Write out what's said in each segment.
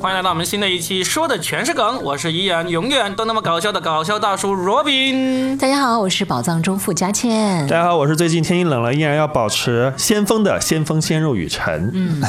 欢迎来到我们新的一期，说的全是梗，我是依然永远都那么搞笑的搞笑大叔 Robin。大家好，我是宝藏中富佳倩。啊大家好，我是最近天气冷了，依然要保持先锋的先锋鲜肉雨辰。嗯，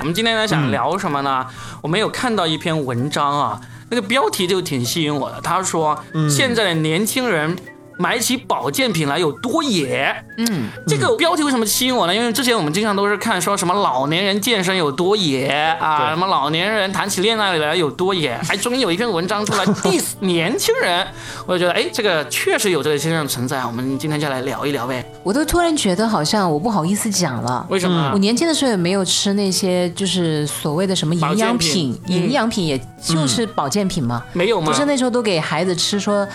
我们今天呢嗯想聊什么呢？我们有看到一篇文章啊，那个标题就挺吸引我的。他说，嗯现在的年轻人。买起保健品来有多野？嗯，这个标题为什么吸引我呢？因为之前我们经常都是看说什么老年人健身有多野啊，什么老年人谈起恋爱来有多野，还终于有一篇文章出 来 diss 年轻人，我就觉得哎，这个确实有这个现象存在，我们今天就来聊一聊呗。我都突然觉得好像我不好意思讲了。为什么？我年轻的时候也没有吃那些就是所谓的什么营养品，保健品嗯营养品也就是保健品嘛。没有不吗？是那时候都给孩子吃说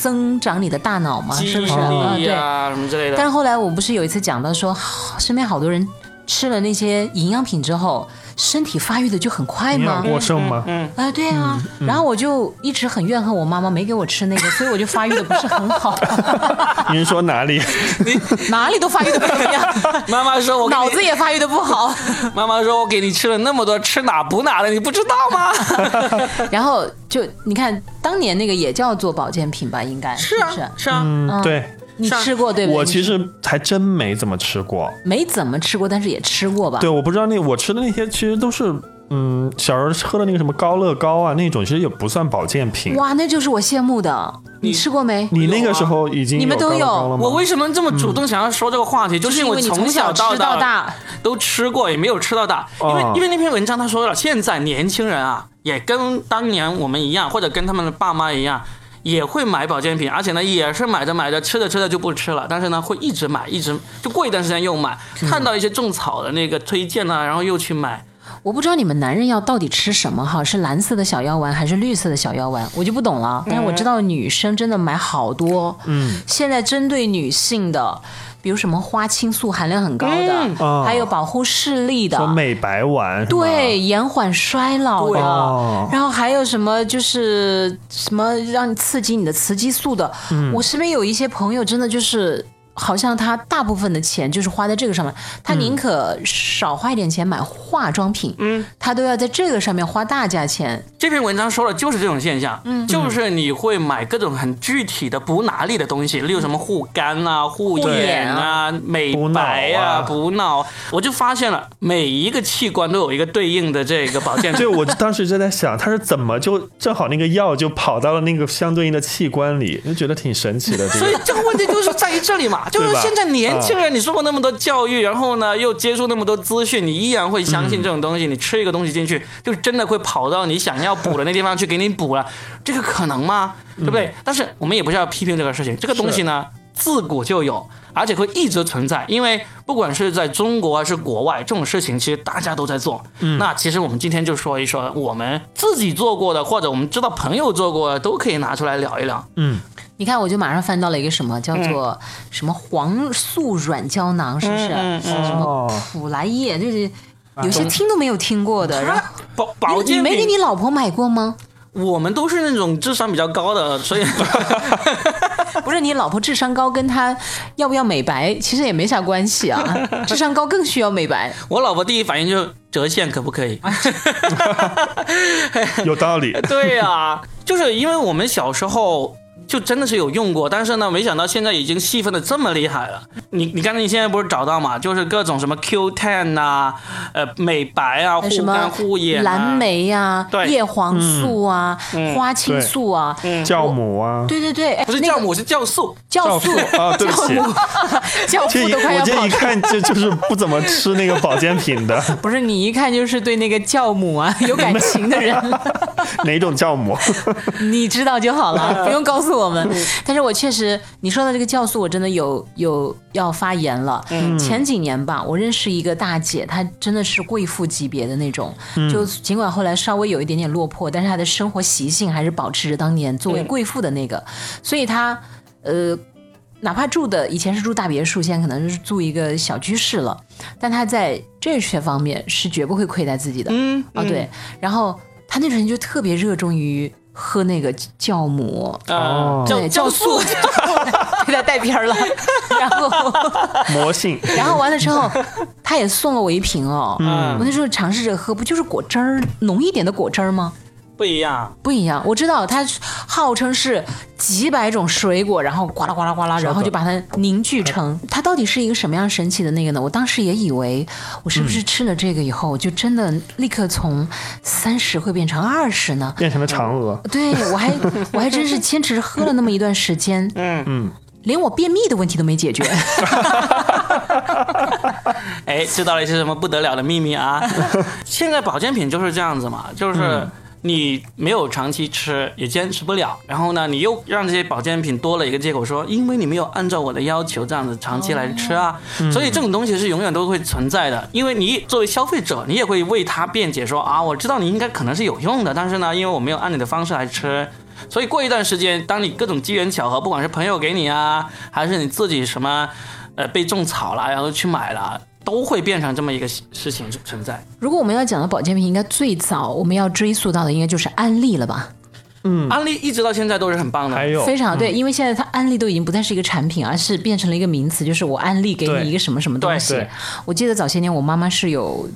增长你的大脑嘛，记忆是不是？啊，力对。啊什么之类的。但是后来我不是有一次讲到说，好身边好多人吃了那些营养品之后，身体发育的就很快营吗养？过剩吗？嗯，啊，对啊，然后我就一直很怨恨我妈妈没给我吃那个，所以我就发育的不是很好，您说哪里？哪里都发育的不怎么 样，妈妈说我给脑你，子也发育的不好。妈妈说我给你吃了那么多，吃哪补哪的，你不知道吗？ 然后就你看，当年那个也叫做保健品吧，应该是啊不是？，是啊。嗯，对你上吃过对不对？我你其实还真没怎么吃过。没怎么吃过，但是也吃过吧对，。我不知道那我吃的那些其实都是，嗯，小时候喝的那个什么高乐高啊那种，其实也不算保健品。哇，那就是我羡慕的。你你吃过没？你那个时候已经你们有高都乐有高了吗？我为什么这么主动想要说这个话题？就就是因因为为你从小小吃大到大，都吃过，也没有吃到大。因为、哦因为那篇文章他说了，现在年轻人啊，也跟当年我们一样，或者跟他们的爸妈一样。也会买保健品，而且呢，也是买着买着，吃着吃着就不吃了，但是呢，会一直买，一直就过一段时间又买，看到一些种草的那个推荐啊，然后又去买。我不知道你们男人要到底吃什么哈，是蓝色的小药丸还是绿色的小药丸，我就不懂了。但是我知道女生真的买好多，嗯，现在针对女性的，比如什么花青素含量很高的，哦还有保护视力的说，美白丸？是吗，对，延缓衰老对的，哦然后还有什么就是什么让你刺激你的雌激素的。嗯我身边有一些朋友，真的就是。好像他大部分的钱就是花在这个上面，他嗯宁可少花一点钱买化妆品，嗯，他都要在这个上面花大价钱。这篇文章说的就是这种现象，嗯，就是你会买各种很具体的补哪里的东西，例如什么护肝啊、护护眼眼啊、美白啊补补脑。我就发现了，每一个器官都有一个对应的这个保健对，品。我当时就在想，他是怎么就正好那个药就跑到了那个相对应的器官里，就觉得挺神奇的。这所以个这个问题就是在于这里嘛，就是现在年轻人，你受过那么多教育，然后呢又接触那么多资讯，你依然会相信这种东西。你吃一个东西进去，就真的会跑到你想要补的那地方去给你补了，这个可能吗？对不对？但是我们也不是要批评这个事情，这个东西呢自古就有，而且会一直存在，因为不管是在中国还是国外，这种事情其实大家都在做。那其实我们今天就说一说我们自己做过的，或者我们知道朋友做过的，都可以拿出来聊一聊。你看，我就马上翻到了一个什么叫做什么黄素软胶囊，是不是？嗯哦什么哦，普莱叶，就是有些听都没有听过的。然后保啊保你健你没给品，你老婆买过吗？我们都是那种智商比较高的，所以不是你老婆智商高，跟她要不要美白其实也没啥关 系啊。智商高更需要美白，我老婆第一反应就是折现可不可以？ 有道理。对呀、就是因为我们小时候。就真的是有用过，但是呢，没想到现在已经细分的这么厉害了。你你刚才你现在不是找到嘛？就是各种什么 Q10 呐、呃美白啊、什护肝么护眼、啊、蓝莓呀、对嗯叶黄素啊、花青素啊，酵母啊，对对对，哎不是那酵个母是酵素，酵素啊，对不起， 酵这素一都快我要这跑一出。 看就就是不怎么吃那个保健品的，不是你一看就是对那个酵母啊有感情的人了， 哪种酵母？ 你知道就好了，不用告诉我们。但是我确实，你说的这个酵素，我真的有有要发言了。前几年吧，我认识一个大姐，她真的是贵妇级别的那种，就尽管后来稍微有一点点落魄，但是她的生活习性还是保持着当年作为贵妇的那个，所以她呃。哪怕住的以前是住大别墅，现在可能是住一个小居室了，但她在这些方面是绝不会亏待自己的。嗯啊，对，然后他那种人就特别热衷于喝那个酵母，啊，叫对，酵素， 被他带偏儿了。 然后，魔性，然后完了之后，他也送了我一瓶哦。嗯我那时候尝试着喝，不就是果汁儿浓一点的果汁儿吗？不一样，不一样，我知道它号称是几百种水果，然后呱啦呱啦呱啦，然后就把它凝聚成。它到底是一个什么样神奇的那个呢？我当时也以为我是不是吃了这个以后，我就真的立刻从三十会变成二十呢？变成了嫦娥。对我还我还真是坚持喝了那么一段时间，嗯嗯，连我便秘的问题都没解决。哎，知道了一些什么不得了的秘密啊！现在保健品就是这样子嘛，就是你没有长期吃，也坚持不了，然后呢，你又让这些保健品多了一个借口说，因为你没有按照我的要求这样子长期来吃啊，所以这种东西是永远都会存在的。因为你作为消费者，你也会为它辩解说啊，我知道你应该可能是有用的，但是呢，因为我没有按你的方式来吃，所以过一段时间，当你各种机缘巧合，不管是朋友给你啊，还是你自己什么，呃，被种草了，然后去买了，都会变成这么一个事情存在。如果我们要讲的保健品，应该最早我们要追溯到的应该就是安利了吧？安利一直到现在都是很棒的。还有非常嗯对，因为现在它安利都已经不再是一个产品，而是变成了一个名词，就是我安利给对你一个什么什么东西对。我记得早些年我妈妈是有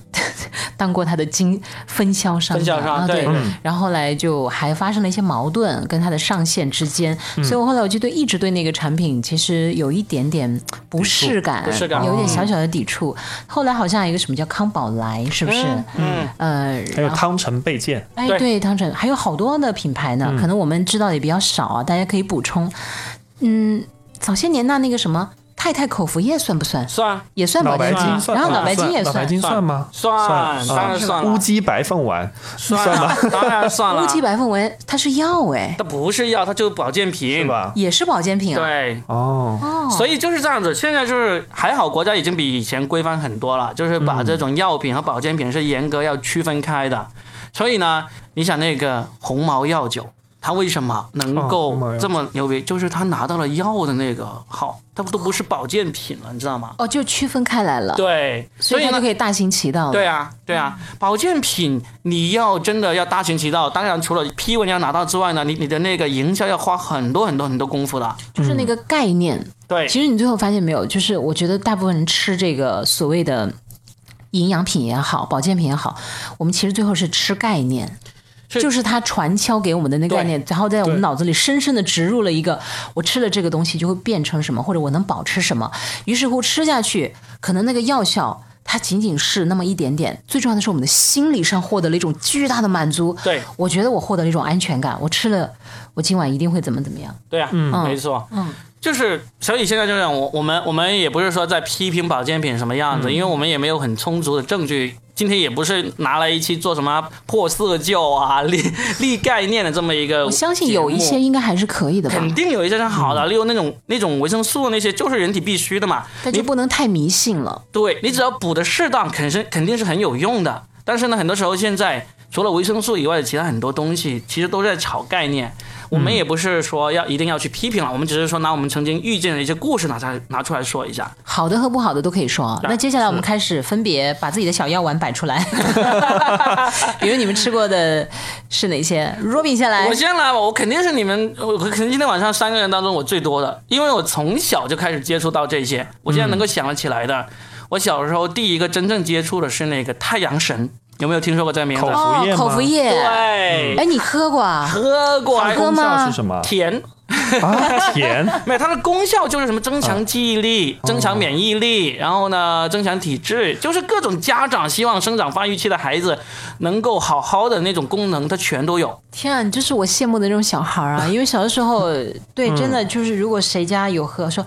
当过她的经分销商分的，销商啊对嗯对，然后后来就还发生了一些矛盾，跟她的上线之间，嗯所以我后来我就对一直对那个产品其实有一点点不适感，不适感嗯有一点小小的抵触。后来好像有一个什么叫康宝莱，是不是？嗯，呃，还有汤臣倍健，哎，对嗯对，汤臣还有好多的品牌呢，可能我们知道的也比较少啊，大家可以补充。嗯，早些年那那个什么太太口服液算不算？算也算脑吧，白就是金算，然后脑白金也脑白算。金算吗？啊算，当然算乌了，鸡白凤丸，算了，当然算 了。乌鸡白凤丸它是药哎，它不是药，它就是保健品对？吧？也是保健品啊。对，哦，哦，所以就是这样子，现在就是还好，国家已经比以前规范很多了，就是把这种药品和保健品是严格要区分开的。所以呢，你想那个红毛药酒，它为什么能哦够红毛药这么牛逼？就是它拿到了药的那个号，它都不是保健品了，你知道吗？哦，就区分开来了，对，所所以以它就呢可。以大行其道了。对啊，对啊，保健品你要真的要大行其道，当然除了批文要拿到之外呢，你你的那个营销要花很多很多很多功夫的。就是那个概念。对，其实你最后发现没有，就是我觉得大部分人吃这个所谓的营养品也好，保健品也好，我们其实最后是吃概念。是就是他传销给我们的那个概念，然后在我们脑子里深深的植入了一个，我吃了这个东西就会变成什么，或者我能保持什么。于是乎吃下去，可能那个药效它仅仅是那么一点点。最重要的是，我们的心理上获得了一种巨大的满足。对我觉得我获得了一种安全感。我吃了，我今晚一定会怎么怎么样。对啊，没错，嗯，就是所以现在就是我我们我们也不是说在批评保健品什么样子，因为我们也没有很充足的证据。今天也不是拿来一期做什么破四旧啊、立立概念的这么一个，我相信有一些。应该还是可以的吧，肯定有一些是好的，例如那种那种维生素那些，就是人体必须的嘛。但就不能太迷信了。对你只要补的适当，肯是肯定是很有用的。但是呢，很多时候现在除了维生素以外的其他很多东西，其实都在炒概念。我们也不是说要一定要去批评了，我们只是说拿我们曾经遇见的一些故事拿出来拿出来说一下。好的和不好的都可以说啊。那接下来我们开始分别把自己的小药丸摆 出来，比如你们吃过的是哪些？Robin 先来我，先来吧，我肯定是你们，我肯定今天晚上三个人当中我最多的，因为我从小就开始接触到这些，我现在能够想得起来的。我小时候第一个真正接触的是那个太阳神，有没有听说过这个名字？口哦服液，吗口服液，对，哎，你喝过啊？喝过还喝吗功效 是什么？甜，啊，甜，没有，它的功效就是什么增强记忆力、哦增强免疫力，然后呢增强体质，就是各种家长希望生长发育期的孩子能够好好的那种功能，它全都有。天啊，你就是我羡慕的那种小孩 儿啊！因为小的时候，对，嗯真的就是如果谁家有喝，说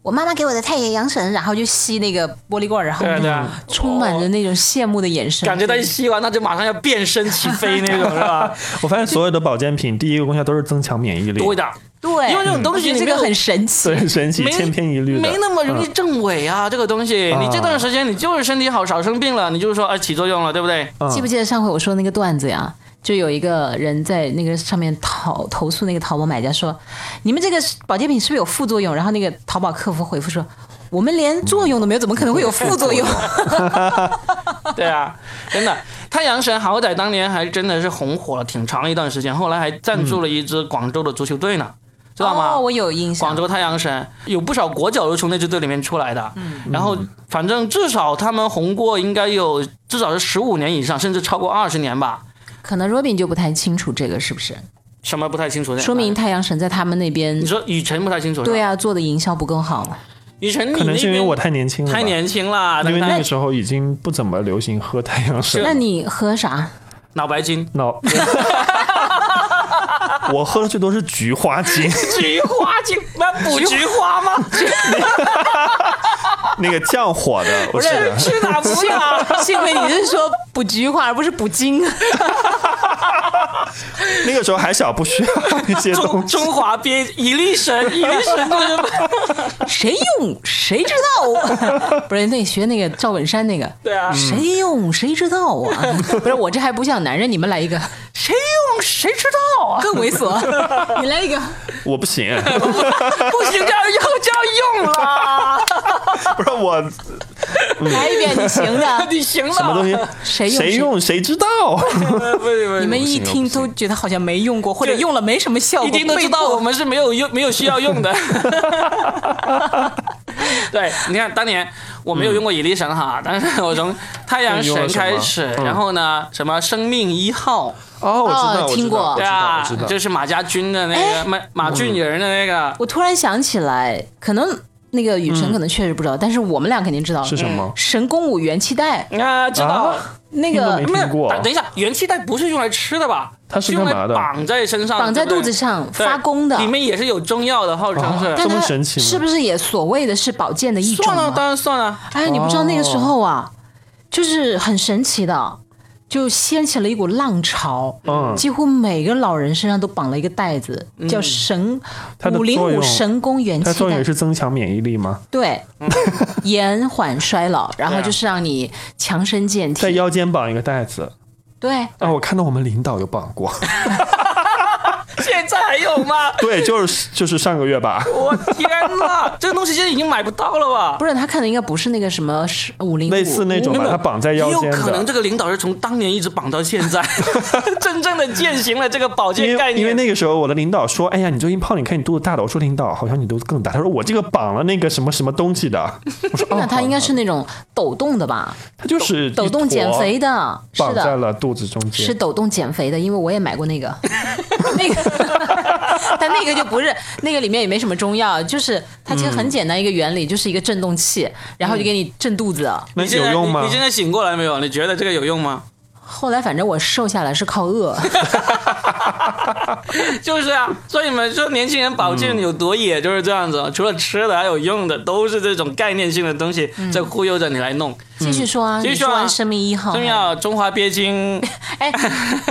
我妈妈给我的太阳神，然后就吸那个玻璃罐儿，然后对啊就对啊充满着那种羡慕的眼神，感觉它一吸完，它就马上要变身起飞 那种，是 吧？我发现所有的保健品第一个功效都是增强免疫力，对的，对，因为这种东西我觉得你这没有个很神奇对，，很神奇，没千篇一律的没，那么容易嗯啊证伪啊，这个东西。你这段时间你就是身体好，少生病了，你就是说哎起作用了，对不 对？嗯记不记得上回我说那个段子呀？就有一个人在那个上面讨投诉那个淘宝买家说，你们这个保健品是不是有副作用？然后那个淘宝客服回复说， 我们连作用都没有，怎么可能会有副作用？对啊，真的，太阳神好歹当年还真的是红火了挺长一段时间，后来还赞助了一支广州的足球队呢，知道吗？哦，我有印象。广州太阳神有不少国脚都从那支队里面出来的，嗯然后嗯反正至少他们红过应该有至少是十五年以上，甚至超过二十年吧。可能 Robin 就不太清楚这个是不是？什么不太清楚？说明太阳神在他们那边你，说雨辰不太清楚是吧？对啊，做的营销不够好。雨辰，你可能那是因为边我太年轻了，太，年轻了，因为那那个时候已经不怎么流行喝太阳水。那你喝啥？脑白金脑。我喝的最多是菊花精，菊花精，那补菊花吗？ 那个降火的，我记得 去哪补 哪？ 幸亏你是说补菊花，而不是补精。那个时候还小，不需要那些中东西。中华边以力神，以力 神就是谁用谁知道？ 不是那学那个赵本山那个，对啊，谁用谁知道啊？嗯 不是我这还不像男人，你们来一个谁用谁知道啊？更猥 琐，你来一个，我不行， 不行，这样用就要用了，不是我来一遍你行的。 你行了。什么东西， 谁用谁用谁知道。 不行？不你行，们一听都觉得好像没用过，或者用了没什么效果，一听都知道我们是没有用、没有需要 用的。对，你看当年我没有用过以力神嗯哈，但是我从太阳用神了什么开始，哎然后呢，什么生命一号，哦，我知哦道，我知道听过我对知道，啊我知，道。就是马家军的那哎个马马俊仁的那个，我突然想起来，可能那个雨辰可能确实不知道，但是我们俩肯定知道嗯是什么？神功舞元气带，啊，知道啊。那听都没个听没有过啊等等一下，元气弹不是用来吃的吧？它是用来干嘛的绑在身上，绑在对不肚对子上对发功的，啊里面也是有中药的，号称是哦。但这么它神奇吗是不是也所谓的是保健的一种算了，啊？当然算了。哎，你不知道那个时候哦啊，就是很神奇的，就掀起了一股浪潮。嗯，几乎每个老人身上都绑了一个带子，叫神它的五零作五用神功元它气作用带也，是嗯增强免疫力吗？对， 延缓衰 老，然后对啊就是让你强身健在体。腰间绑一个带子。对，啊，我看到我们领导有绑过， 现在还有吗？对，就是就是上个月吧。我天哪，这个东西现在已经买不到了吧？不是他看的应该不是那个什么五零五，类似那种没把有它绑在腰也有间可能这的。个领导是从当年一直绑到现 在，真正的践行了这个保健因概为念。因为那个时候我的领导说：“哎呀，你最近胖，你看你肚子大了。”我说：“领导，好像你肚子更大。”他说：“我这个绑了那个什么什么东西的。”我说：“那哦，他应该是那种抖动的吧？他就是抖动减肥，的，是绑在的，了肚子中间。是抖动减肥的，因为我也买过那 个， 那个，但那个就不是那个里面也没什么中药，就是它其实很简单一个原理，就是一个震动器，然后就给你震肚子。那你现在有用你吗你？现在醒过来没有？你觉得这个有用吗？ 后来反正我瘦下来是靠 饿，就是啊，所以你们说年轻人保嗯健有多野就是这样子，除了吃的还有用的，都是这种概念性的东西在忽悠着你来弄。继续说啊，继你续说啊完生命一号，重要中华鳖 精哎，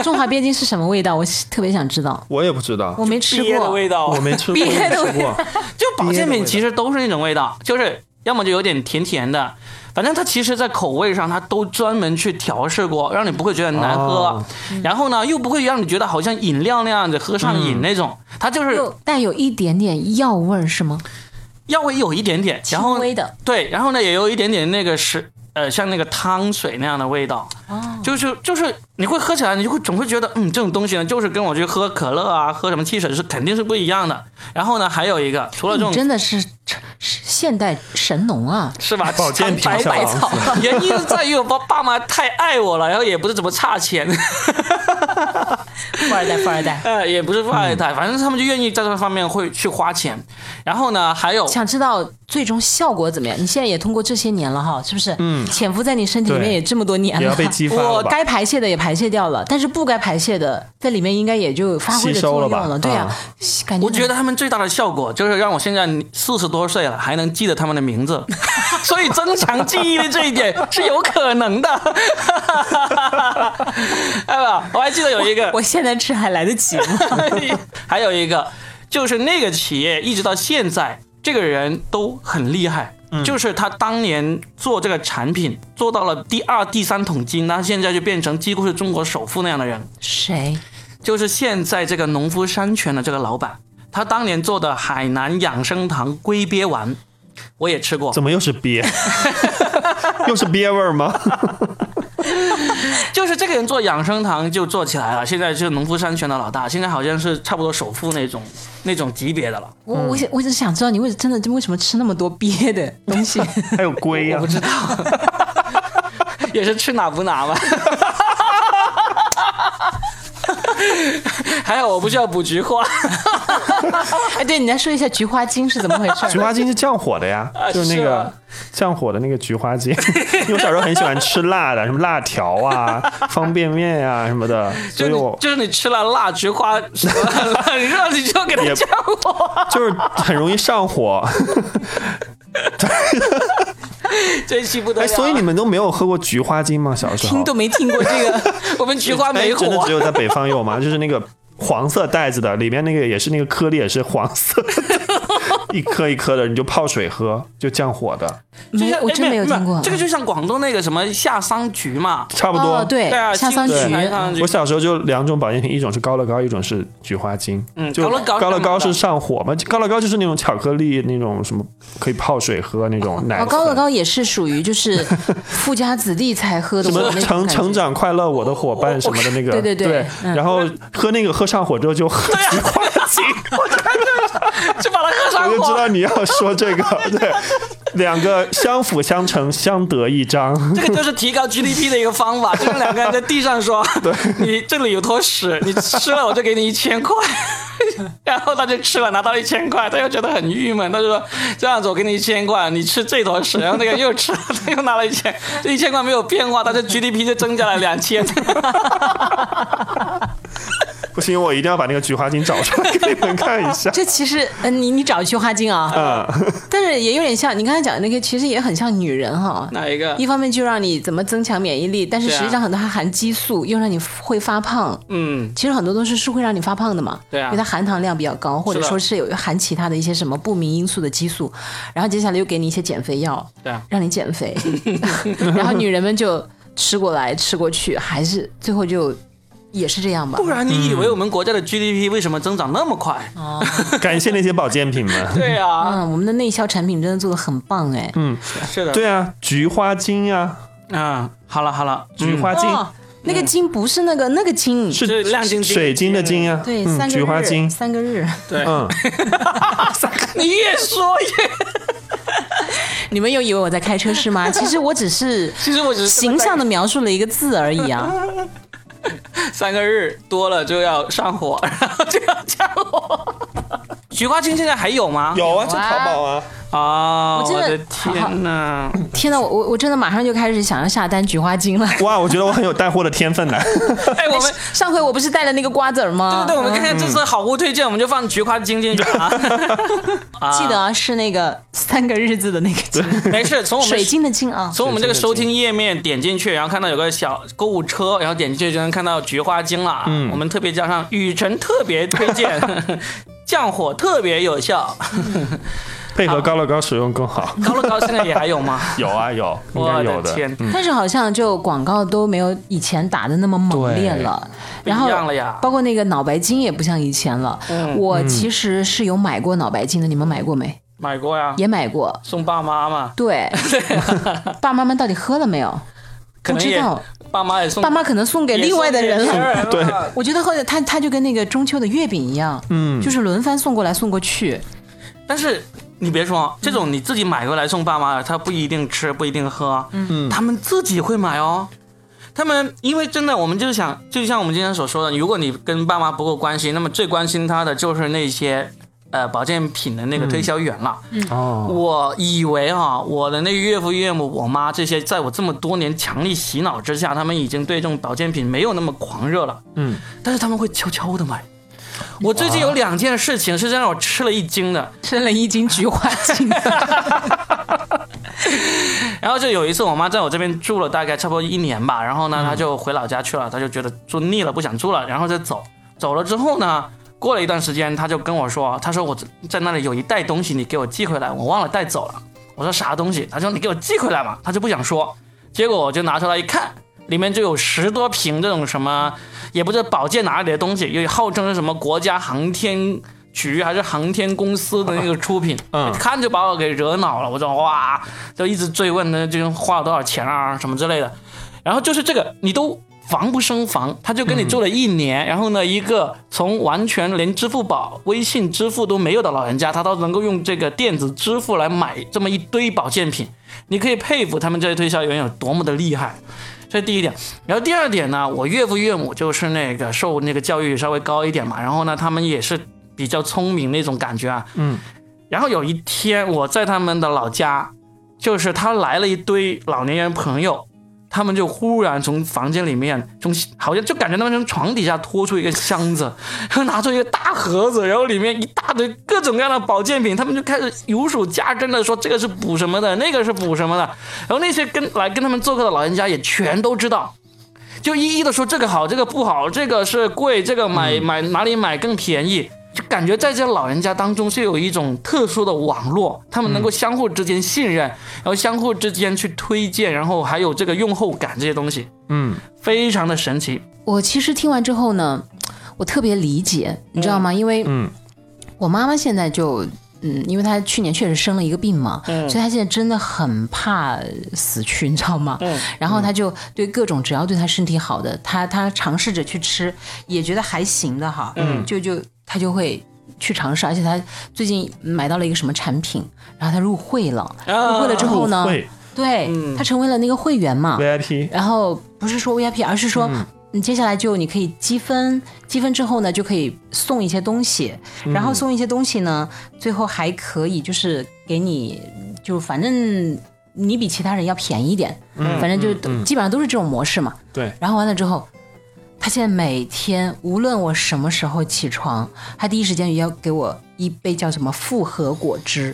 中华鳖精是什么味道？我特别想知道，我也不知道我，没吃鳖的过。味道啊我，没 吃过，别我没的吃过。就保健品其实都是那种味道，就是要么就有点甜甜的，反正它其实在口味上它都专门去调试过，让你不会觉得难喝，哦然后呢又不会让你觉得好像饮料那样子喝上瘾那种，它就是又带有一点点药味儿是吗？药味有一点点，然后轻微的对，然后呢也有一点点那个是呃像那个汤水那样的味道，哦，就是就是你会喝起来，你就会总会觉得，嗯，这种东西呢，就是跟我去喝可乐啊、喝什么汽水是肯定是不一样的。然后呢，还有一个，除了这你种真的是是现代神农啊！是吧，保健品尝小百百王草子草， 原因在于我爸爸妈太爱我了，然后也不是怎么差钱， 富二代，富二代。呃，也不是富二代，反正他们就愿意在这方面会去花钱。然后呢，还有想知道最终效果怎么样？你现在也通过这些年了哈，是不是？嗯，潜伏在你身体里面对也这么多年也了要，被激发了吧？该排泄的也排泄掉了，但是不该排泄的在里面应该也就发挥吸着收作了用吧嗯了，对啊，感觉我觉得他们最大的效果就是让我现在四十多岁了还能记得他们的名字， 所以增强记忆力这一点是有可能的。 哎吧，我还记得有一个，我现在吃还来得及吗？还有一个就是那个企业一直到现在，这个人都很厉害。就是他当年做这个产品做到了第二、第三桶金，那现在就变成几乎是中国首富那样的人。谁？就是现在这个农夫山泉的这个老板，他当年做的海南养生堂龟鳖丸，我也吃过， 怎么又是鳖？又是鳖味儿吗？就是这个人做养生堂就做起来了，现在就是农夫山泉的老大，现在好像是差不多首富那种那种级别的了。我嗯我想我只想知道你为真的为什么吃那么多鳖的东 西？还有龟啊呀、不知道， 也是吃哪补哪吧。 还有，我不需要补菊花，哎，对，你来说一下菊花精是怎么回 事？菊花精是降火的呀，啊就是那是个吗降火的那个菊花精。 因为我小时候很喜欢吃辣的，什么辣条啊、方便面呀、什么的，就所你以我就是你吃了辣菊花，什么 很热，你就给它也降火。 就是很容易上火。这期不得了哎，啊，所以你们都没有喝过菊花精吗？小时候听都没听过这 个， 我们菊花没哎真的火只，有在北方有吗？就是那个黄色袋子的，里面那个也是那个颗粒也是黄色的， 一颗一颗的，你就泡水喝，就降火的，就没像，我哎真没有听过。这个就像广东那个什么夏桑菊嘛，差不多。哦，对对啊，，夏桑菊青对桔夏桑菊我小时候就两种保健品，一种是高乐高，一种是菊花精。嗯就高乐高高乐高干嘛的是上火嘛，高乐高就是那种巧克力那种什么可以泡水喝那种奶哦，粉。高乐高也是属于就是 富家子弟才喝的什我么那种成感觉成长快乐，我的伙伴什么的那个，对对对嗯然后喝那个喝上火之后就喝菊花精，就把它喝上我 就知火。道你要说这 个，对，两个相辅相成，相得益彰。这个就是提高 GDP 的一个方 法，就是两个人在地上说，你这里有坨屎，你吃了我就给你一千块， 然后他就吃了，拿到一千块，他又觉得很郁闷，他就说这样子我给你一千块，你吃这坨屎，然后那个又吃了，他又拿了一千， 这一千块没有变化，他的 GDP 就增加了两千， 不行，我一定要把那个菊花精找出来给你们看一 下。这其实，呃，你你找菊花精啊，啊，但是也有点像你刚才讲的那个，其实也很像女人哈。哪一个？一方面就让你怎么增强免疫力，但是对啊实际上很多它含激素，又让你会发胖。嗯，其实很多东西是会让你发胖的嘛，对啊因为它含糖量比较高，或者说是有含其他的一些什么不明因素的激素，然后接下来又给你一些减肥药，对啊，让你减肥， 然后女人们就吃过来吃过去，还是最后就也是这样吧不。然你以为我们国家的 GDP 为什么增长那么快？感谢那些保健 品们。对啊，嗯，我们的内销产品真的做的很棒哎，是的，对啊，菊花精呀，嗯，好了好了，菊花精嗯哦，那个精不是那个那个精，这是亮晶晶水晶的晶啊，对，嗯三个日，菊花精，三个日。 对，嗯， 你越说越，你们又以为我在开车是吗？其实我只是其实我只是形象的描述了一个字而已啊。三个日多了就要上火， 然后就要降火。 菊花精现在还有吗？ 有啊，这淘宝啊，啊！我真我的的天哪！天呐，我我我真的马上就开始想要下单菊花精了。哇，我觉得我很有带货的天 分 呢。哎， 我们上回我不是带了那个瓜子儿吗？哎对对，我们看看这次好物推荐，我们就放菊花精进去 啊。嗯记得啊、是那个三个日字的那个精，没事，从我们水晶的晶啊。从我们这个收听页面点进去，然后看到有个小购物车，然后点进去就能看到菊花精了。嗯，我们特别加上雨辰特别推荐， 降火特别有效。配合高乐高使用更好。高乐高现在也还有 吗？ 有啊，有，应该我有的天，但是好像就广告都没有以前打的那么猛烈了，然后不一样了嗯呀包括那个脑白金也不像以前了。我其实是有买过脑白金的，你们买过没？买过呀，也买过。送爸妈嘛， 对，爸妈们到底喝了没有？可能不知也道爸妈也送爸妈可能送给也另外的人送给别了。人了。我觉得后来他他就跟那个中秋的月饼一样，嗯，就是轮番送过来送过 去。但是你别说，这种你自己买回来送爸妈的，他不一定吃，不一定喝，嗯，他们自己会买哦。他们因为真的，我们就是想，就像我们今天所说的，如果你跟爸妈不够关心，那么最关心他的就是那些。呃，保健品的那个推销员了。哦，我以为啊，我的那个岳父岳母、我妈这些，在我这么多年强力洗脑之下，他们已经对这种保健品没有那么狂热了。嗯，但是他们会悄悄的买。我最近有两件事情是真让我吃了一惊的。生了一斤菊花精， 然后就有一次，我妈在我这边住了大概差不多一年吧，然后呢，她就回老家去了，她就觉得住腻了，不想住了，然后就走。走了之后呢，过了一段时间，她就跟我说，她说我在那里有一袋东西，你给我寄回来，我忘了带走了。我说啥东西？她说你给我寄回来嘛，她就不想说。结果我就拿出来一看，里面就有十多瓶这种什么，也不知道保健哪里的东西，又号称是什么国家航天局还是航天公司的那个出品，嗯看就把我给惹恼了。我说哇，就一直追问呢，这个花了多少钱啊什么之类的。然后就是这个，你都防不胜防，他就跟你住了一年，然后呢，一个从完全连支付宝、微信支付都没有的老人家，他都能够用这个电子支付来买这么一堆保健品，你可以佩服他们这些推销员有多么的厉害。这是第一点，然后第二点呢，我岳父岳母就是那个受那个教育稍微高一点嘛，然后呢，他们也是比较聪明那种感觉啊，嗯，然后有一天我在他们的老家，就是他来了一堆老年人朋友，他们就忽然从房间里面，从好像就感觉他们从床底下拖出一个箱子，然后拿出一个大盒子，然后里面一大堆各种各样的保健品，他们就开始如数家珍的说这个是补什么的，那个是补什么的，然后那些跟来跟他们做客的老人家也全都知道。就一一的说这个好，这个不好，这个是贵，这个买买哪里买更便宜，就感觉在这些老人家当中是有一种特殊的网络，他们能够相互之间信任，然后相互之间去推荐，然后还有这个用后感这些东西，嗯，非常的神奇。我其实听完之后呢，我特别理解，你知道吗？因为嗯我妈妈现在就。嗯，因为她去年确实生了一个病嘛，所以她现在真的很怕死去，你知道吗？嗯然后她就对各种只要对她身体好的，她她尝试着去吃，也觉得还行的哈，就就她就会去尝试，而且她最近买到了一个什么产品，然后她入会了，啊入会了之后呢，会对，她成为了那个会员啊嘛， VIP 然后不是说 VIP，而是说你接下来就你可以积分，积分之后呢就可以送一些东西，然后送一些东西呢，最后还可以就是给你，就反正你比其他人要便宜一点，反正就基本上都是这种模式嘛。对，然后完了之后。他现在每天，无论我什么时候起床，他第一时间也要给我一杯叫什么复合果汁，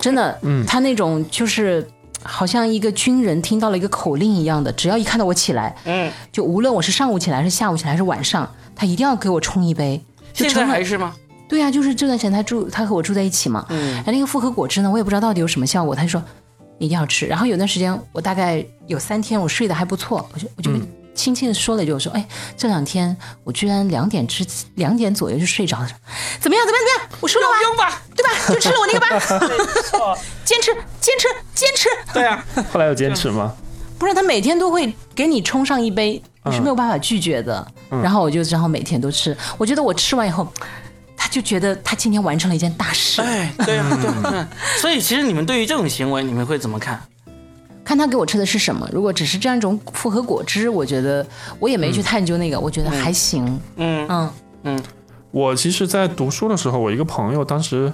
真的，他那种就是好像一个军人听到了一个口令一样的，只要一看到我起来，嗯，就无论我是上午起来，还是下午起来，还是晚上，他一定要给我冲一杯，就现在成了还是吗？对啊，就是这段时间他住，他和我住在一起嘛。嗯，然后那个复合果汁呢，我也不知道到底有什么效果，他就说你一定要吃。然后有段时间，我大概有三天我睡得还不错，我就我就嗯轻轻的说了一句，我说哎，这两天我居然两点之两点左右就睡着了，怎么样怎么样怎么样？我说了吧，用吧，对吧？就吃了我那个吧，坚持坚持坚持。对啊，后来有坚 持吗？不是他每天都会给你冲上一杯，你是没有办法拒绝的。然后我就然后每天都吃，我觉得我吃完以后，他就觉得他今天完成了一件大事。哎，对啊，对啊， 嗯。所以其实你们对于这种行为，你们会怎么看？看他给我吃的是什么，如果只是这样一种复合果汁，我觉得我也没去探究那个，我觉得还行。嗯嗯我其实，在读书的时候，我一个朋友当时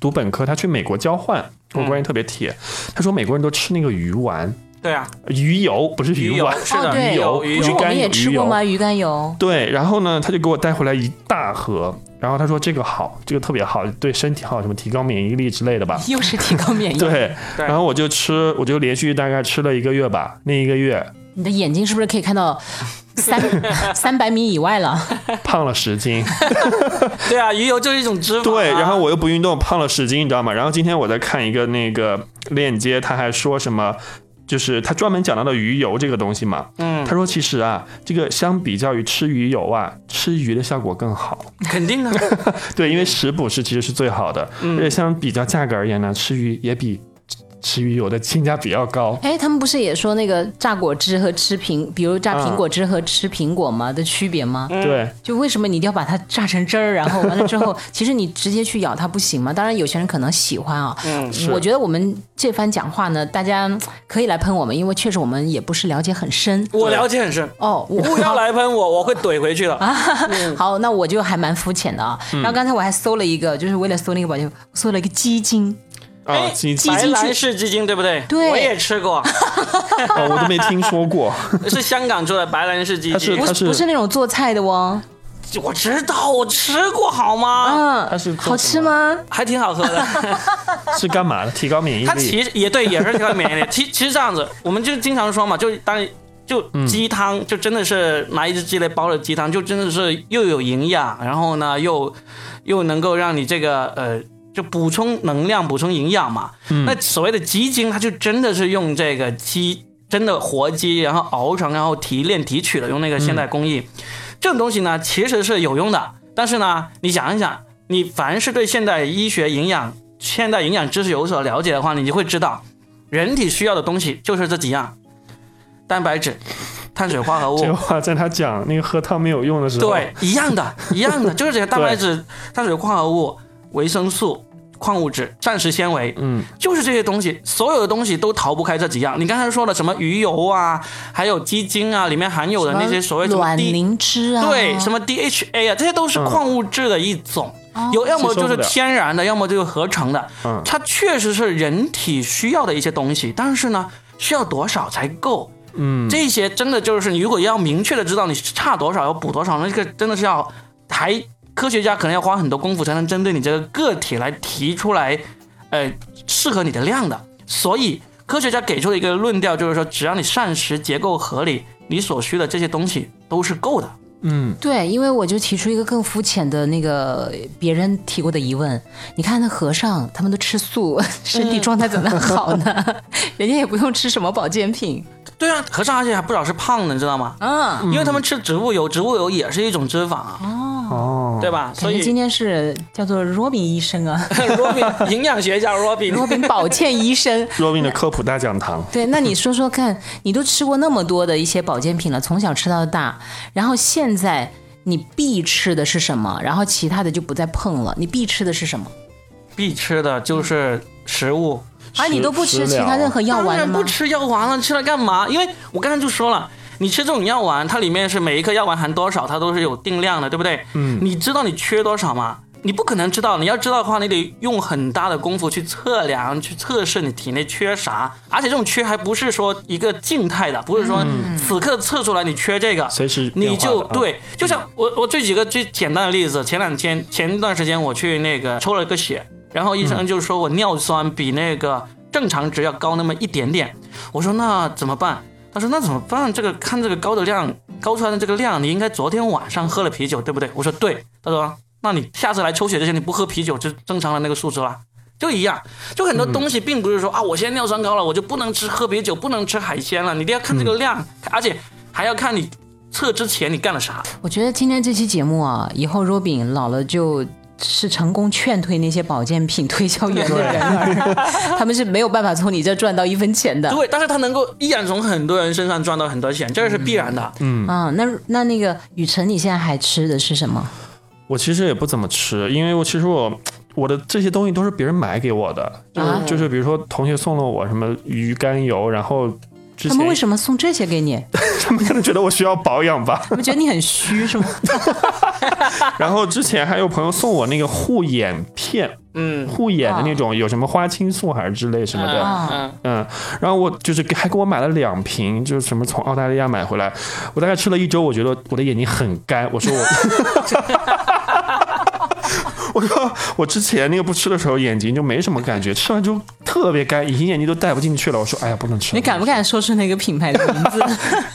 读本科，他去美国交换，我嗯关系特别铁。他说美国人都吃那个鱼丸、对啊，鱼油，不是鱼鱼油 丸。是的，哦对鱼油，鱼不是鱼油我干们也吃过吗？鱼肝油， 对，然后呢，他就给我带回来一大盒，然后他说这个好，这个特别好，对身体好，什么提高免疫力之类的吧。又是提高免疫。对，对然后我就吃，我就连续大概吃了一个月吧。那一 个月你的眼睛是不是可以看到三三百米以外了？胖了十斤，对啊，鱼油就是一种脂肪啊。对，然后我又不运动，胖了十斤，你知道吗？然后今天我在看一个那个链接，他还说什么，就是他专门讲到了鱼油这个东西嘛。嗯他说其实啊，这个相比较于吃鱼油啊，吃鱼的效果更好。肯定啊，对，因为食补是其实是最好的，嗯而且相比较价格而言呢，吃鱼也比吃吃鱼油的性价比要高。哎，他们不是也说那个榨果汁和吃苹，比如榨苹果汁和吃苹果吗的区别吗？嗯对，就为什么你一定要把它榨成汁儿，然后完了之 后，其实你直接去咬它不行吗？当然，有些人可能喜欢啊。 嗯是我觉得我们这番讲话呢，大家嗯可以来喷我们，因为确实我们也不是了解很深我了解很深。哦。我不要来喷我，我会怼回去的。 啊好，那我就还蛮肤浅的啊。嗯然后刚才我还搜了一个，就是为了搜那个保健，搜了一个鸡精，啊，哎鸡鸡白精兰去氏鸡精对不对？对我也吃过，哦，我都没听 说过。是香港出的白兰氏鸡它精是。不它不是那种做菜的哦。我知道，我吃过好吗？嗯，它是做好吃吗？还挺好喝的。是干嘛的？提高免疫它力。其实也对，也是提高免疫力。其其实这样子，我们就经常说嘛，就当然就嗯鸡汤，就真的是拿一只鸡来煲的鸡汤，就真的是又有营养，然后呢又又能够让你这个呃。就补充能量、补充营养嘛。嗯那所谓的鸡精，它就真的是用这个鸡，真的活鸡，然后熬成，然后提炼提取的，用那个现代嗯工艺。这种东西呢，其实是有用的。但是呢，你想一想，你凡是对现代医学营养、现代营养知识有所了解的话，你就会知道，人体需要的东西就是这几样：蛋白质、碳水化合这个物。话在他讲那个喝汤没有用的时候，对，一样的，一样的，就是这些蛋白质、碳水化合物、维生素、矿物质、膳食纤维，嗯，就是这些东西，所有的东西都逃不开这几样。你刚才说的什么鱼油啊，还有鸡精啊，里面含有的那些所谓什么卵 D 磷脂啊，对，什么 DHA 啊，这些都是矿物质的一种，哦有要么就哦吸收是不了天然的，要么就是合成的。嗯它确实是人体需要的一些东西，但是呢，需要多少才够？嗯，这些真的就是你如果要明确的知道你差多少要补多少，那个真的是要还科学家可能要花很多功夫才能针对你这个个体来提出来，呃，适合你的量的。所以科学家给出了一个论调，就是说只要你膳食结构合理，你所需的这些东西都是够的。嗯，对，因为我就提出一个更肤浅的那个别人提过的疑问，你看那和尚他们都吃素， 身嗯体状态怎么好呢？ 人家也不用吃什么保健品，对啊，和尚而且还不少是胖的，你知道吗？嗯，因为他们吃植物油，植物油也是一种脂肪啊，哦，对吧？感所觉以今天是叫做 Robin 医生 啊 Robin 营养学家 Robin， ，Robin 宝健医生。 ，Robin 的科普大讲堂，对，那你说说看，你都吃过那么多的一些保健品了，从小吃到大，然后现在你必吃的是什么？然后其他的就不再碰了，你必吃的是什么？必吃的就是食物，啊，你都不吃食其他疗任何药当丸了然不吗？吃药丸了，吃了干嘛？因为我刚才就说了。你吃这种药丸，它里面是每一颗药丸含多少，它都是有定量的，对不对？嗯，你知道你缺多少吗？你不可能知道，你要知道的话，你得用很大的功夫去测量、去测试你体内缺啥，而且这种缺还不是说一个静态的，不是说嗯此刻测出来你缺这个，随时变你化的就啊对，就像我我举几个最简单的例子，前两天前一段时间我去那个抽了个血，然后医生嗯就说我尿酸比那个正常值要高那么一点点，我说那怎么办？他说那怎么办？这个看这个高的量，高出来的这个量，你应该昨天晚上喝了啤酒，对不对？我说对。他说那你下次来抽血之前你不喝啤酒就正常的那个数值啦。就一样，就很多东西并不嗯是说、啊，我现在尿酸高了，我就不能吃喝啤酒，不能吃海鲜了，你一定要看这个嗯量，而且还要看你测之前你干了啥。我觉得今天这期节目啊，以后 Robin 老了就是成功劝退那些保健品推销员的人儿，他们是没有办法从你这赚到一分钱的。对，但是他能够依然从很多人身上赚到很多钱，这是必然的。嗯啊，那那那个雨辰，你现在还吃的是什么？我其实也不怎么吃，因为我其实我我的这些东西都是别人买给我的，就是、啊就是比如说同学送了我什么鱼肝油，然后他之前们为什么送这些给你？他们可能觉得我需要保养吧，他们觉得你很虚是吗？然后之前还有朋友送我那个护眼片，嗯，护眼的那种、有什么花青素还是之类什么的，啊嗯，嗯，然后我就是给还给我买了两瓶，就是什么从澳大利亚买回来，我大概吃了一周，我觉得我的眼睛很干，我说 我。我说我之前那个不吃的时候眼睛就没什么感觉，吃完之后特别干，隐形眼镜都戴不进去了。我说哎呀不能吃了。你敢不敢说出那个品牌的名字，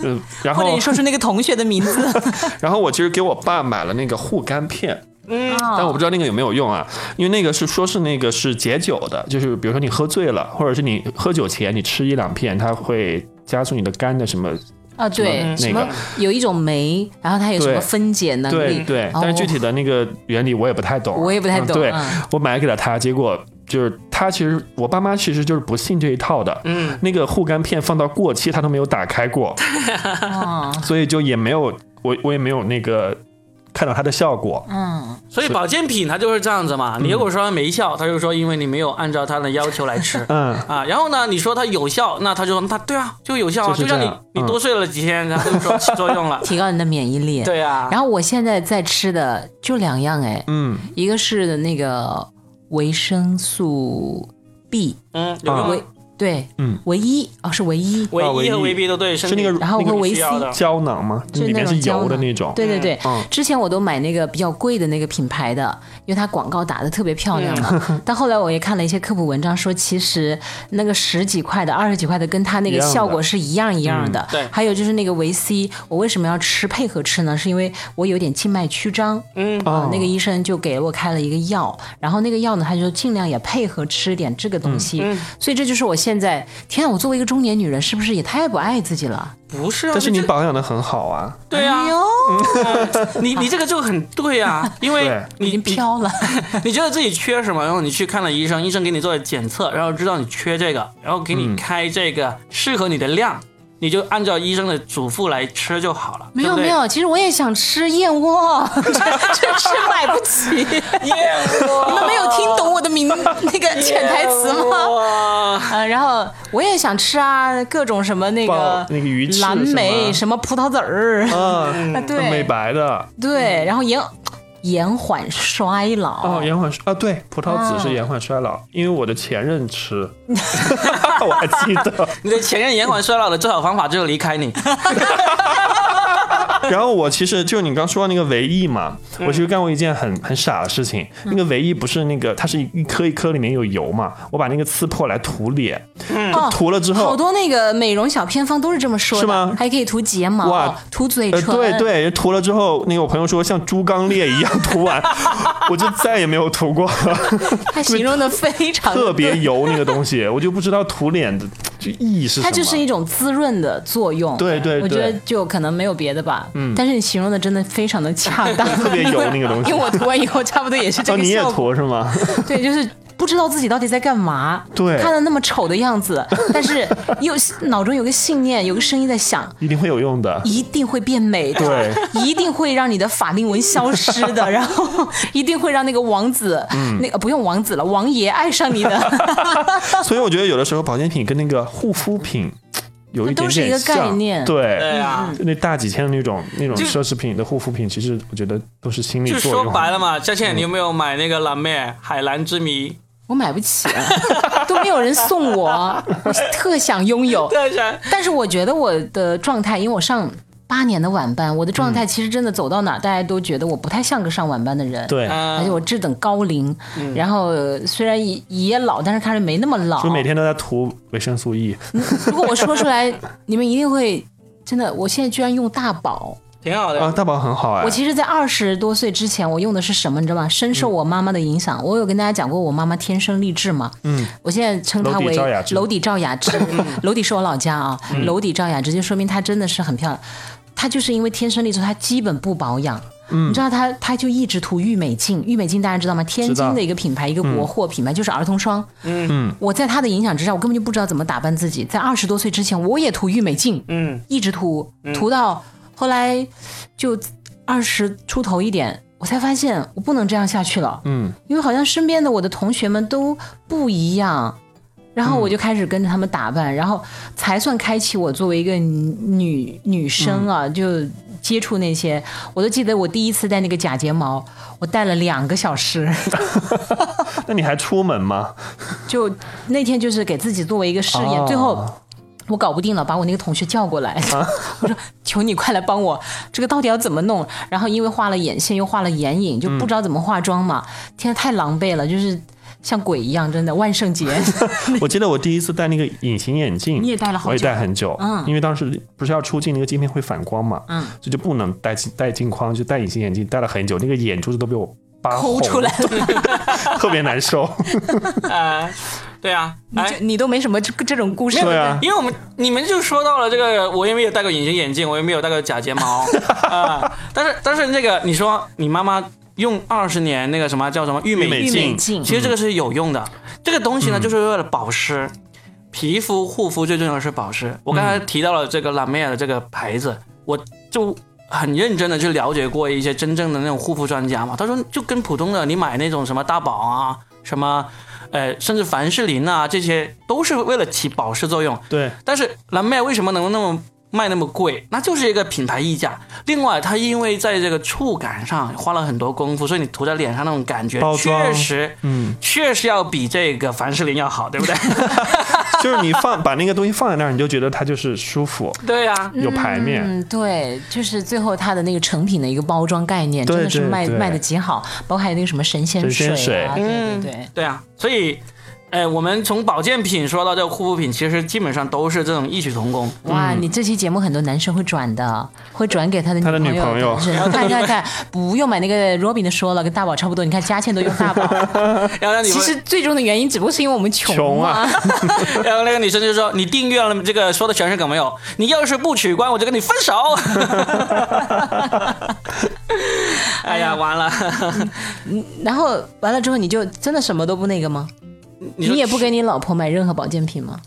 嗯、然或者后你说出那个同学的名字？然后我其实给我爸买了那个护肝片，哦但我不知道那个有没有用啊，因为那个是说是那个是解酒的，就是比如说你喝醉了，或者是你喝酒前你吃一两片，它会加速你的肝的什么啊，对，嗯什那么个有一种酶，然后它有什么对分解能力对？对，但是具体的那个原理我也不太懂啊，哦我也不太懂嗯对嗯，我买给了他，结果就是他其实我爸妈其实就是不信这一套的，嗯，那个护肝片放到过期他都没有打开过，哦，所以就也没有我我也没有那个看到它的效果，嗯，。所以保健品它就是这样子嘛。你如果说它没效，他就说因为你没有按照他的要求来吃。嗯， 啊，然后呢？你说它有效，那他就说他对啊，就有效啊，就是就像这你样嗯你多睡了几天，然后就说起作用 了提高你的免疫力。对啊，然后我现在在吃的就两样哎，嗯，一个是那个维生素 B，嗯，有啊用维吗，对，嗯，唯一哦是唯一，维啊维 E 和一维 B 都对身是体那个然后那个和维需要 C 的。胶囊吗？就是里面是胶油的囊那种，对对对，嗯之前我都买那个比较贵的那个品牌的，因为它广告打的特别漂亮嘛。嗯 但后来我也看了一些科普文章，说其实那个十几块的、二十几块的，跟它那一个样的效果是一样一样的。对还有就是那个维 C，我为什么要吃配合吃呢？是因为我有点静脉曲张，嗯啊哦，那个医生就给我开了一个药，然后那个药呢，他就尽量也配合吃点这个东西。所以这就是我现在，天啊，我作为一个中年女人，是不是也太不爱自己了？不是啊，但是这你保养的很好啊，对啊哎，呦，你你这个就很对啊，因为 已对你经你飘了。你觉得自己缺什么，然后你去看了医生，医生给你做了检测，然后知道你缺这个，然后给你开这个适合你的量。你就按照医生的嘱咐来吃就好了。没有对不对没，有，其实我也想吃燕窝， 真是买不起。 燕窝你们没有听懂我的名那个潜台词哦吗？吗？嗯、然后我也想吃啊，各种什么那个爆那个鱼翅蓝是莓，吗什么葡萄籽儿，啊，对美白的对，然后延延缓衰老。哦，延缓啊，对，葡萄籽是延缓衰老，因为我的前任吃， 我还记得。你的前任延缓衰老的最好方法就是离开你。然后我其实就你刚说的那个维 E 嘛，嗯我其实干过一件很很傻的事情。那个维 E 不是那个，它是一颗一颗里面有油嘛，我把那个刺破来涂脸，哦涂了之后好多那个美容小偏方都是这么说的，是吗还可以涂睫毛哇、涂嘴呃，唇，对对，涂了之后，那个我朋友说像猪刚鬣一样涂完， 我就再也没有涂过 了，他形容的非常特别油那个东西，我就不知道涂脸的就意义是什么。它就是一种滋润的作用。对对我觉对得就可能没有别的吧。嗯，但是你形容的真的非常的恰当， 特别油那个东西因为我涂完以后，差不多也是这哦，个你也效果。涂是吗？ 对，就是。不知道自己到底在干嘛，对看的那么丑的样 子，但是又脑中有个信念，有个声音在想，一定会有用的。一定会变美的，对一定会让你的法令纹消失 的，然后一定会让那个王子，嗯那个不用王子了，王爷爱上你 的。所以我觉得有的时候保健品跟那个护肤品有一点点都是一个概像念对对。啊，就那大几千的那种那种就奢侈品的护肤品，其实我觉得都是心理就作说用。白了嘛，佳倩，你有没有买那个蓝妹海蓝之谜？我买不起、啊，都没有人送我，我特想拥 有。对呀，但是我觉得我的状态，因为我上八年的晚班，我的状态其实真的走到哪儿，大家都觉得我不太像个上晚班的人。。对，而且嗯，我这等高龄，然后呃虽然也也老，但是看着没那么老。就每天都在涂维生素 E，如果我说出来，你们一定会真的。我现在居然用大宝，挺好啊，的。大宝很好哎我。其实，在二十多岁之前，我用的是什么，你知道吗？深嗯受我妈妈的影响。我有跟大家讲过，我妈妈天生丽质嘛。嗯，我现在称她楼为底赵雅芝嗯楼底赵雅 芝，楼底是我老家啊，楼底赵雅芝就说明她真的是很漂亮。她就是因为天生丽质，她基本不保养。嗯你知道她，她就一直涂郁美净。郁美净大家知道吗？天知道嗯津的一个品牌，一个国货品牌，就是儿童霜。嗯，我在她的影响之下，我根本就不知道怎么打扮自己。在二十多岁之前，我也涂郁美净。嗯，一直涂，涂到后来就二十出头一点，我才发现我不能这样下去了，嗯，因为好像身边的我的同学们都不一样。然后我就开始跟着他们打扮，然后才算开启我作为一个女女生啊，就接触那些。我都记得我第一次戴那个假睫毛，我戴了两个小时。那你还出门吗？就那天就是给自己作为一个试验，啊哦最后。我搞不定了，把我那个同学叫过来，啊 我说：“求你快来帮我，这个到底要怎么弄？”然后因为画了眼线，又画了眼影，就嗯不知道怎么化妆嘛。天啊，太狼狈了，就是像鬼一样，真的。万圣 节 我记得我第一次戴那个隐形眼镜，你也戴了好久我也戴很久，嗯因为当时不是要出镜，那个镜片会反光嘛，嗯，所以就不能戴镜戴镜框，就戴隐形眼镜，戴了很久，那个眼珠子都被我扒抠出来红了，对 特别难受。啊，对啊，你哎就，你都 没什么这这种故事，对啊， 因为我们你们就说到了这个，我也没有戴过隐形眼镜，我也没有戴过假睫毛啊。但是但是那个你说你妈妈用二十年那个什么叫什么郁郁美美郁净，美净净。其实这个是有用的。这个东西呢，就是为了保湿。皮肤护肤最重要的是保湿。我刚才提到了这个拉梅尔的这个牌子，我就很认真的去了解过一些真正的那种护肤专家嘛。他说，就跟普通的你买那种什么大宝啊，什么呃，甚至凡士林啊，这些都是为了起保湿作用。对，但是蓝妹为什么能那么卖那么贵？那就是一个品牌溢价。另外，它因为在这个触感上花了很多功夫，所以你涂在脸上那种感觉包，装确实，嗯，确实要比这个凡士林要好，对不对？就是你放把那个东西放在那儿，你就觉得它就是舒服，对呀、有排面。嗯，对，就是最后它的那个成品的一个包装概念，对真的是对卖对卖的极好，包括还有那个什么神仙神仙水啊，水对嗯对对。对呀、所以。哎，我们从保健品说到这个护肤品，其实基本上都是这种异曲同工。哇，你这期节目很多男生会转的，会转给他的他的女女朋友是哦看看看， 不用买那个 Robin 的说了，跟大宝差不多。你看佳倩都用大宝，然后那女其朋实最终的原因只不过是因为我们穷穷啊嘛然后那个女生就说：“你订阅了这个说的全是梗没有？你要是不取关，我就跟你分手。” 哎呀，完了！ 然后完了之后，你就真的什么都不那个吗？说你也不给你老婆买任何保健品吗？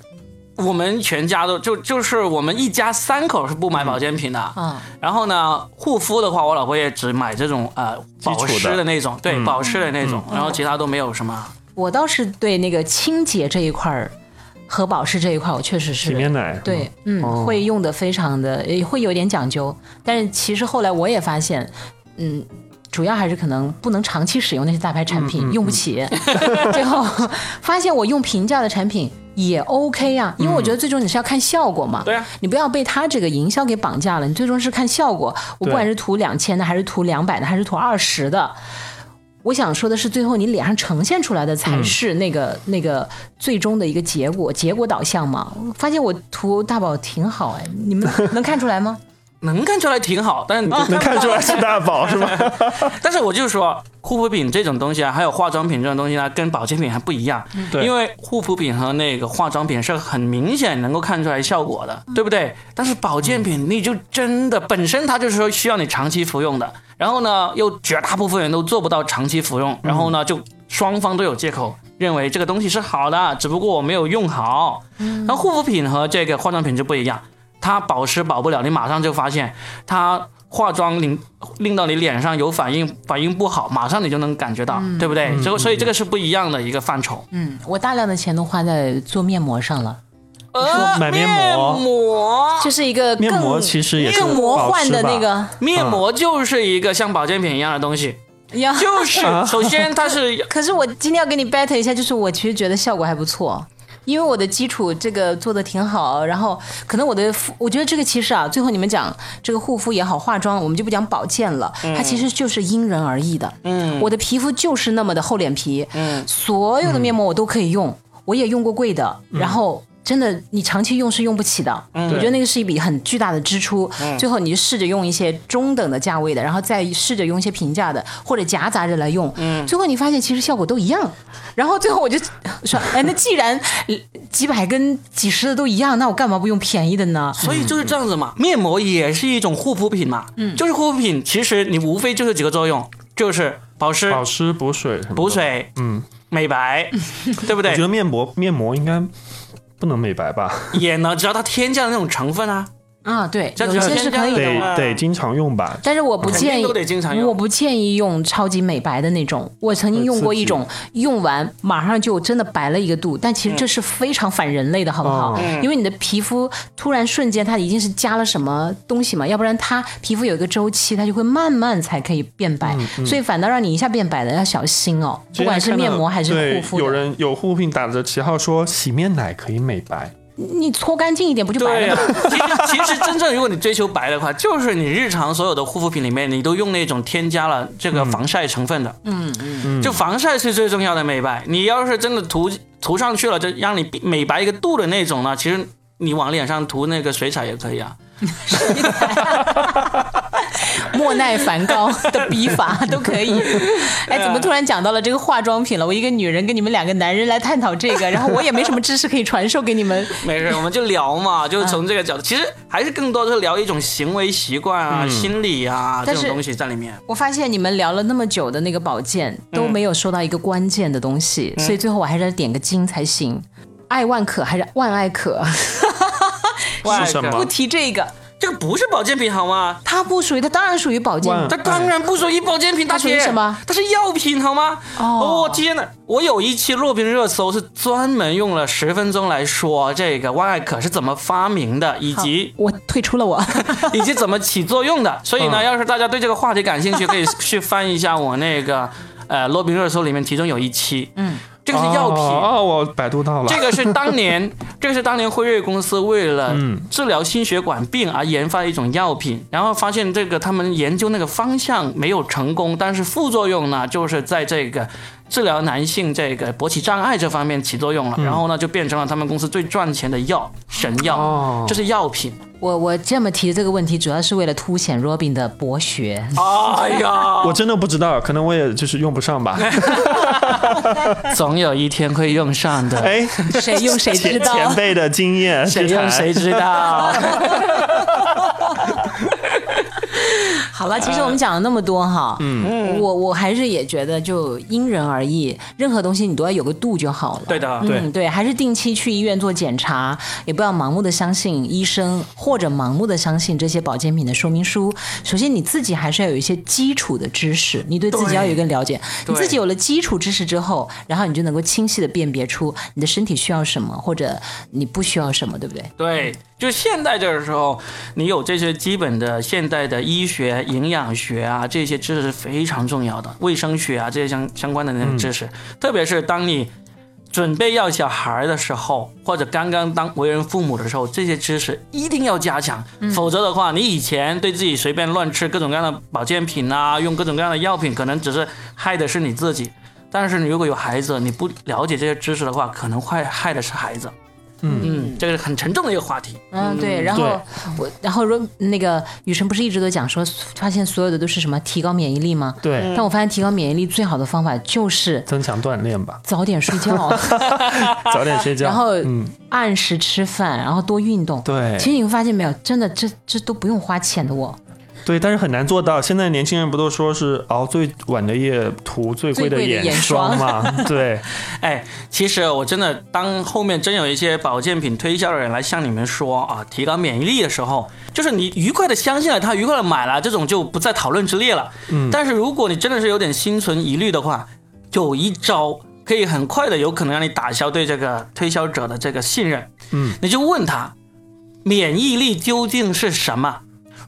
我们全家都就就是我们一家三口是不买保健品的。嗯，然后呢，护肤的话，我老婆也只买这种呃基保础的嗯湿的那种，对，保湿的那种，然后其他都没有什么。我倒是对那个清洁这一块儿和保湿这一块儿，我确实是洗面奶，对，嗯，哦会用的非常的，也会有点讲究。但是其实后来我也发现，嗯，主要还是可能不能长期使用那些大牌产品，用不起。最后发现我用平价的产品。也 OK 啊，因为我觉得最终你是要看效果嘛，对啊你不要被它这个营销给绑架了，你最终是看效果。我不管对是涂两千的，还是涂两百的，还是涂二十的，我想说的是，最后你脸上呈现出来的才嗯是那个、那个最终的一个结果，结果导向嘛。我发现我涂大宝挺好哎，你 们能看出来吗？能看出来挺好，但是你就能看出来是大宝是吗？但是我就说，护肤品这种东西啊，还有化妆品这种东西呢，跟保健品还不一样，对因为护肤品和那个化妆品是很明显能够看出来效果的，对不对？但是保健品你就真的本身它就是说需要你长期服用的，然后呢，又绝大部分人都做不到长期服用，然后呢，就双方都有借口。认为这个东西是好的，只不过我没有用好。嗯，那护肤品和这个化妆品就不一样，它保湿保不了，你马上就发现它化妆令令到你脸上有反应，反应不好，马上你就能感觉到，对不嗯对？这个所以这个是不一样的一个范畴。嗯，我大量的钱都花在做面膜上了，呃买面膜膜这是一个面更膜其实也是更魔幻的保那湿吧个面膜就是一个像保健品一样的东西，嗯呀。就是啊首先它 是可是我今天要跟你 battle 一下，就是我其实觉得效果还不错。因为我的基础这个做的挺好，然后可能我的肤，我觉得这个其实啊，最后你们讲这个护肤也好，化妆我们就不讲保健了，它其实就是因人而异的。嗯，我的皮肤就是那么的厚脸皮，嗯，所有的面膜我都可以用，我也用过贵的，然后真的你长期用是用不起的，我觉得那个是一笔很巨大的支出。最后你就试着用一些中等的价位的，然后再试着用一些平价的，或者夹杂着来用。最后你发现其实效果都一样。然后最后我就说，哎，那既然呃几百跟几十的都一样，那我干嘛不用便宜的呢？所以就是这样子嗯嘛，面膜也是一种护肤品嘛，嗯，就是护肤品，其实你无非就是几个作用，就是保湿、保湿补水什么的补。水、嗯，美白，对不我觉对？得面膜面膜应该不能美白吧？也能只要它添加的那种成分啊，啊，对，这有些是可以这的样。得得经常用吧。但是我不建肯议定都得经常，用我不建议用超级美白的那种。我曾经用过一种，用完马上就真的白了一个度，但其嗯实这是非常反人类的，好不哦好？因为你的皮肤突然瞬间它已经是加了什么东西嘛，要不然它皮肤有一个周期，它就会慢慢才可以变白，嗯所以反倒让你一下变白的要小心哦，不管是面膜还是护肤对有的，人有护肤品打着旗号说洗面奶可以美白，你搓干净一点不就白对了呀、吗？其实其实真正如果你追求白的话，就是你日常所有的护肤品里面，你都用那种添加了这个防晒成分的。嗯嗯，就防晒是最重要的美白。你要是真的涂涂上去了，就让你美白一个度的那种呢，其实你往脸上涂那个水彩也可以啊。莫奈梵高的笔 法都可以。哎，怎么突然讲到了这个化妆品了？我一个女人跟你们两个男人来探讨这 个，然后我也没什么知识可以传授给你们。没事，我们就聊嘛，就是从这个角度，其实还是更多是聊一种行为习惯啊、心理啊这但是种东西在里面。我发现你们聊了那么久的那个保健都没有说到一个关键的东西，所以最后我还是要点个金才行。爱万可还是万爱可？外什么科不提这个，这个不是保健品好吗？它不属于，它当然属于保健。万它当然不属于保健品，大它属于姐什么它是药品好吗？哦哦，天哪！我有一期录屏热搜是专门用了十分钟来说这个万艾可是怎么发明的，以及我退出了我， 以及怎么起作用的。所以呢，嗯要是大家对这个话题感兴 趣，可以去翻一下我那个呃录屏热搜里面其中有一期，嗯，这个是药品。哦，哦我百度到了。这个是当年，这个是当年辉瑞公司为了治疗心血管病而研发的一种药品，然后发现这个他们研究那个方向没有成功，但是副作用呢，就是在这个治疗男性这个勃起障碍这方面起作用了，然后呢就变成了他们公司最赚钱的药神药，哦这是药品。我我这么提这个问题，主要是为了凸显 Robin 的博学。 哎呀，我真的不知道，可能我也就是用不上吧。总有一天会用上 的，哎， 谁用谁知前 道？前辈的经验，谁 之用谈谁知道。 好了，其实我们讲了那么多哈，嗯我我还是也觉得就因人而异，任何东西你都要有个度就好了。对的嗯对对，还是定期去医院做检查，也不要盲目的相信医生或者盲目的相信这些保健品的说明书。首先你自己还是要有一些基础的知识，你对自己对要有一个了解。你对自己有了基础知识之后，然后你就能够清晰的辨别出你的身体需要什么，或者你不需要什么，对不对？对，就现在这个时候，你有这些基本的现代的医学、营养学啊这些知识是非常重要的，卫生学啊这些相相关的那种知识，特别是当你准备要小孩儿的时候，或者刚刚当为人父母的时候，这些知识一定要加强，否则的话，你以前对自己随便乱吃各种各样的保健品啊，用各种各样的药品，可能只是害的是你自己。但是你如果有孩子，你不了解这些知识的话，可能会害的是孩子。嗯，这个是很沉重的一个话题。嗯，对，然后对我，然后说那个雨辰不是一直都讲说，发现所有的都是什么提高免疫力吗？对，但我发现提高免疫力最好的方法就是增强锻炼吧，早点 睡觉， 早点睡觉，然后嗯，按时吃饭，然后多运动。对其实你会发现没有，真的这这都不用花钱的哦，对，但是很难做到。现在年轻人不都说是熬最晚的夜，涂最贵最的贵的眼霜霜吗？ 对，哎，其实我真的，当后面真有一些保健品推销的人来向你们说啊，提高免疫力的时候，就是你愉快的相信了他，愉快的买了，这种就不在讨论之列了。嗯，但是如果你真的是有点心存疑虑的话，有一招可以很快的，有可能让你打消对这个推销者的这个信任。嗯，你就问他，免疫力究竟是什么？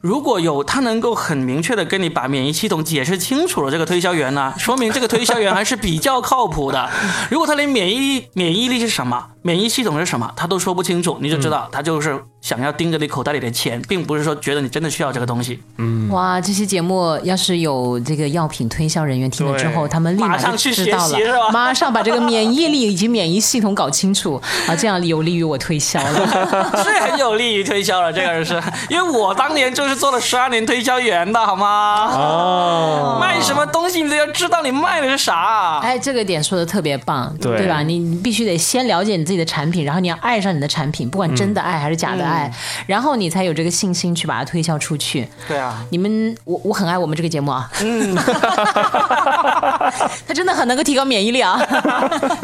如果有他能够很明确的跟你把免疫系统解释清楚了，这个推销员呢， 说明这个推销员还是比较靠谱的。 如果他连免疫力免疫力是什么、免疫系统是什么，他都说不清楚，你就知道他就是想要盯着你口袋里的钱，并不是说觉得你真的需要这个东西。 哇！这期节目要是有这个药品推销人员听了之后，对他们立马马上就去知道学习是了，吧马上把这个免疫力以及免疫系统搞清楚啊，这样有利于我推 销了。是很有利于推销了，这个是，因为我当年就是做了十二年推销员的，好吗？哦，卖什么东西你都要知道你卖的是啥。哎，这个点说的特别棒，对吧？你你必须得先了解你自己的产品，然后你要爱上你的产品，不管真的爱还是假的嗯爱，然后你才有这个信心去把它推销出去。对啊，你们，我我很爱我们这个节目啊，嗯 它真的很能够提高免疫力啊，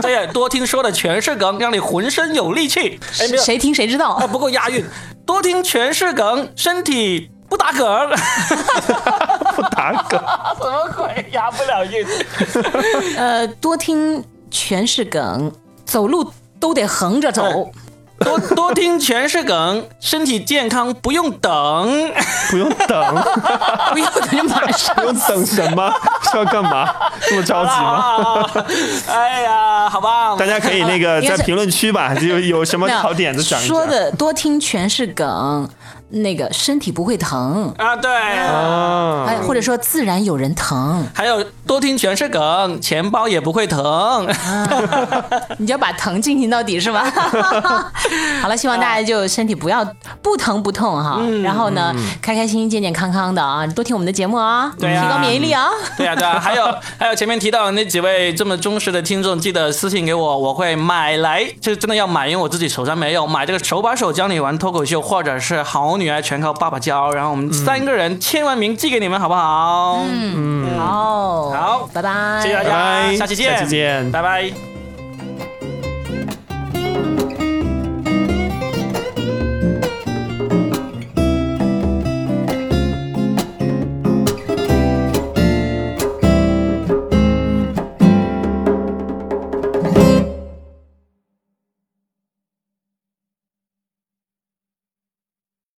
对啊，多听说的全是梗，让你浑身有力气。哎，没有，谁听谁知道啊，。不够押韵。多听全是梗，身体不打梗。 不打梗，什么鬼？押不了韵。呃，多听全是梗，走路都得横着哎走。 多多听全是梗，身体健康不用等。不用等，不要等就马上不用等什么，是要干嘛？这么着急吗？ 啊，哎呀，好吧，大家可以那个应该在是评论区吧，有有什么没有好点子讲一说讲。的多听全是梗，那个身体不会疼，啊，对。啊，哎，或者说自然有人疼，还有多听全是梗，钱包也不会疼。你就要把疼进行到底是吧？ 好了，希望大家就身体不要不疼不痛哈，然后呢，开开心心、健健康康的啊，多听我们的节目啊，对啊提高免疫力啊。 对呀、对呀、还有还有前面提到的那几位这么忠实的听众，记得私信给我，我会买来，这真的要买，因为我自己手上没有买这个手把手教你玩脱口秀，或者是好女儿全靠爸爸教，然后我们三个人签完名寄给你们，好不好？嗯，好，好拜拜，谢谢大拜家，拜下期见，下期见拜拜。